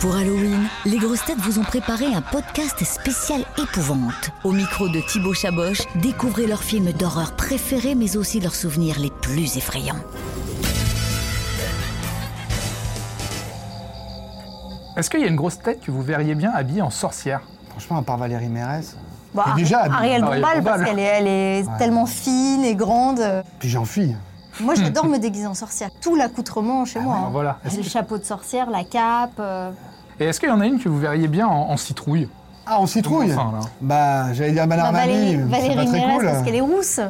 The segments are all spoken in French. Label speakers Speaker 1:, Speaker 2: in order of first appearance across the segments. Speaker 1: Pour Halloween, les grosses têtes vous ont préparé un podcast spécial épouvante. Au micro de Thibaut Chaboch, découvrez leurs films d'horreur préférés mais aussi leurs souvenirs les plus effrayants.
Speaker 2: Est-ce qu'il y a une grosse tête que vous verriez bien habillée en sorcière
Speaker 3: Franchement, à part Valérie Mérès,
Speaker 4: Bah,
Speaker 3: Et déjà,
Speaker 4: Ar- Ariel
Speaker 2: Ariel
Speaker 4: Dombal,
Speaker 2: Dombal.
Speaker 4: parce qu'elle est, elle est
Speaker 3: Ouais.
Speaker 4: tellement fine et grande.
Speaker 3: puis j'en fuis.
Speaker 4: Moi, j'adore me déguiser en sorcière. Tout l'accoutrement
Speaker 3: Ah,
Speaker 4: chez moi.
Speaker 2: Alors
Speaker 4: hein.
Speaker 2: Voilà. Est-ce
Speaker 4: Le
Speaker 2: que-
Speaker 4: chapeau de sorcière, la cape. euh,
Speaker 2: Et est-ce qu'il y en a une que vous verriez bien en, en citrouille
Speaker 3: Ah, on citrouille
Speaker 2: Enfin, là.
Speaker 3: Bah, j'allais dire Madame
Speaker 4: bah,
Speaker 3: Mamie,
Speaker 4: Valérie,
Speaker 3: c'est
Speaker 4: Valérie
Speaker 3: pas très
Speaker 4: Mérès,
Speaker 3: cool.
Speaker 4: parce qu'elle est rousse.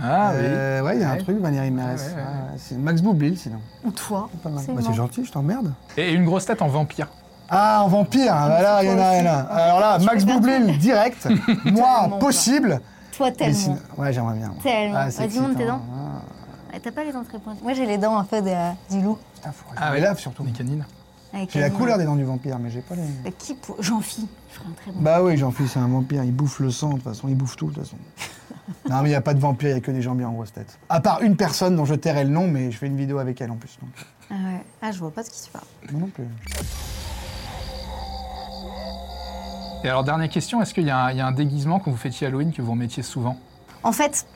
Speaker 2: Ah
Speaker 3: Euh, ouais, il y a un
Speaker 2: Ouais.
Speaker 3: truc, Valérie Mérès.
Speaker 2: Ouais, ouais,
Speaker 3: Ouais, ouais, c'est Max Boublil, sinon.
Speaker 4: Ou toi.
Speaker 3: Pas mal.
Speaker 4: C'est
Speaker 3: Bah,
Speaker 4: marrant.
Speaker 3: c'est gentil, je t'emmerde.
Speaker 2: oui. Et une grosse tête en vampire.
Speaker 3: Ah, en vampire, hein, bah là, il y en a, il y en a. Alors là,
Speaker 4: Je
Speaker 3: Max
Speaker 4: préfère
Speaker 3: Boublil, direct. Moi,
Speaker 4: Tellement,
Speaker 3: possible.
Speaker 4: Toi,
Speaker 3: Mais
Speaker 4: tellement.
Speaker 3: sinon- Ouais, j'aimerais bien. moi.
Speaker 4: Tellement.
Speaker 3: Ah, c'est
Speaker 4: Ah, dis-moi,
Speaker 3: excitant.
Speaker 4: t'es dans
Speaker 3: Ah,
Speaker 4: Ah, T'as pas les dents très pointues. Moi, j'ai les dents un peu de- euh, du loup.
Speaker 3: putain, faut que je
Speaker 2: Ah
Speaker 3: me
Speaker 2: ouais.
Speaker 3: lave, surtout.
Speaker 2: Les canines.
Speaker 4: avec
Speaker 3: J'ai la
Speaker 4: les-
Speaker 3: couleur des dents du vampire, mais j'ai pas les...
Speaker 4: Bah, qui pour... Jean-Phi. Je ferais un très bon.
Speaker 3: Bah oui, jean philippe c'est un vampire, il bouffe le sang, de toute façon, il bouffe tout, de toute façon. non, mais il n'y a pas de vampire, il n'y a que des gens bien en grosse tête. À part une personne dont je tairai le nom, mais je fais une vidéo avec elle en plus. Donc.
Speaker 4: Ah, ouais. ah, je vois pas de qui tu parles.
Speaker 3: Moi non plus.
Speaker 2: Et alors, dernière question, est-ce qu'il y, a un- il y a un déguisement quand vous fêtiez Halloween que vous remettiez souvent
Speaker 4: En fait,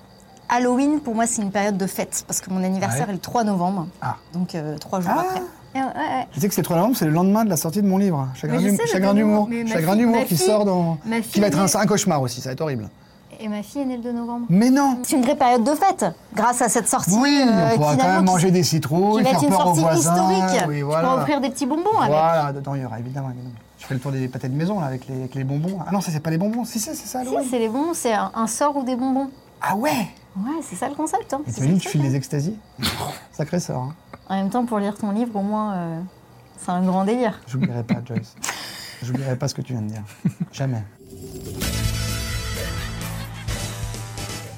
Speaker 4: Halloween, pour moi, c'est une période de fête, parce que mon anniversaire
Speaker 2: Ouais.
Speaker 4: est le 3 novembre.
Speaker 2: Ah.
Speaker 4: Donc, euh, trois jours
Speaker 3: Ah.
Speaker 4: après. Et ouais, ouais.
Speaker 3: Tu sais que c'est 3 novembre, c'est le lendemain de la sortie de mon livre, Chagrin
Speaker 4: Mais je
Speaker 3: d'hum-
Speaker 4: sais, mais
Speaker 3: Chagrin
Speaker 4: t'as-
Speaker 3: d'humour.
Speaker 4: mais ma
Speaker 3: Chagrin
Speaker 4: fille-
Speaker 3: d'humour
Speaker 4: ma
Speaker 3: qui
Speaker 4: fille-
Speaker 3: sort dans.
Speaker 4: ma
Speaker 3: Qui va
Speaker 4: fille
Speaker 3: être un,
Speaker 4: est-
Speaker 3: un cauchemar aussi, ça va être horrible.
Speaker 4: Et ma fille est née le 2 novembre.
Speaker 3: Mais non
Speaker 4: C'est une vraie période de fête, grâce à cette sortie.
Speaker 3: Oui,
Speaker 4: euh,
Speaker 3: on pourra quand
Speaker 4: finalement,
Speaker 3: même
Speaker 4: qui-
Speaker 3: manger des
Speaker 4: qui
Speaker 3: citrouilles,
Speaker 4: va
Speaker 3: faire
Speaker 4: être une
Speaker 3: peur aux
Speaker 4: sortie
Speaker 3: voisins.
Speaker 4: historique.
Speaker 3: Oui,
Speaker 4: Tu
Speaker 3: voilà.
Speaker 4: pourras offrir des petits bonbons avec.
Speaker 3: Voilà, dedans il y aura évidemment, évidemment. Je fais le tour des pâtés de maison là, avec, les, avec les bonbons. Ah non, ça c'est pas les bonbons. Si, si, c'est ça, Halloween.
Speaker 4: Si, c'est les bonbons, c'est un, un sort ou des bonbons.
Speaker 3: Ah ouais
Speaker 4: Ouais, c'est ça le concept. Hein.
Speaker 3: Et
Speaker 4: C'est
Speaker 3: t'imagines,
Speaker 4: ça
Speaker 3: tu
Speaker 4: le
Speaker 3: files
Speaker 4: truc,
Speaker 3: les extasies Sacré sort. Hein.
Speaker 4: hein. En même temps, pour lire ton livre, au moins, euh, c'est un grand délire.
Speaker 3: J'oublierai pas, Joyce. J'oublierai pas ce que tu viens de dire. Jamais.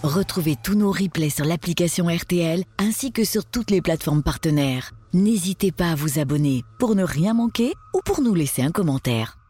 Speaker 1: Retrouvez tous nos replays sur l'application RTL ainsi que sur toutes les plateformes partenaires. N'hésitez pas à vous abonner pour ne rien manquer ou pour nous laisser un commentaire.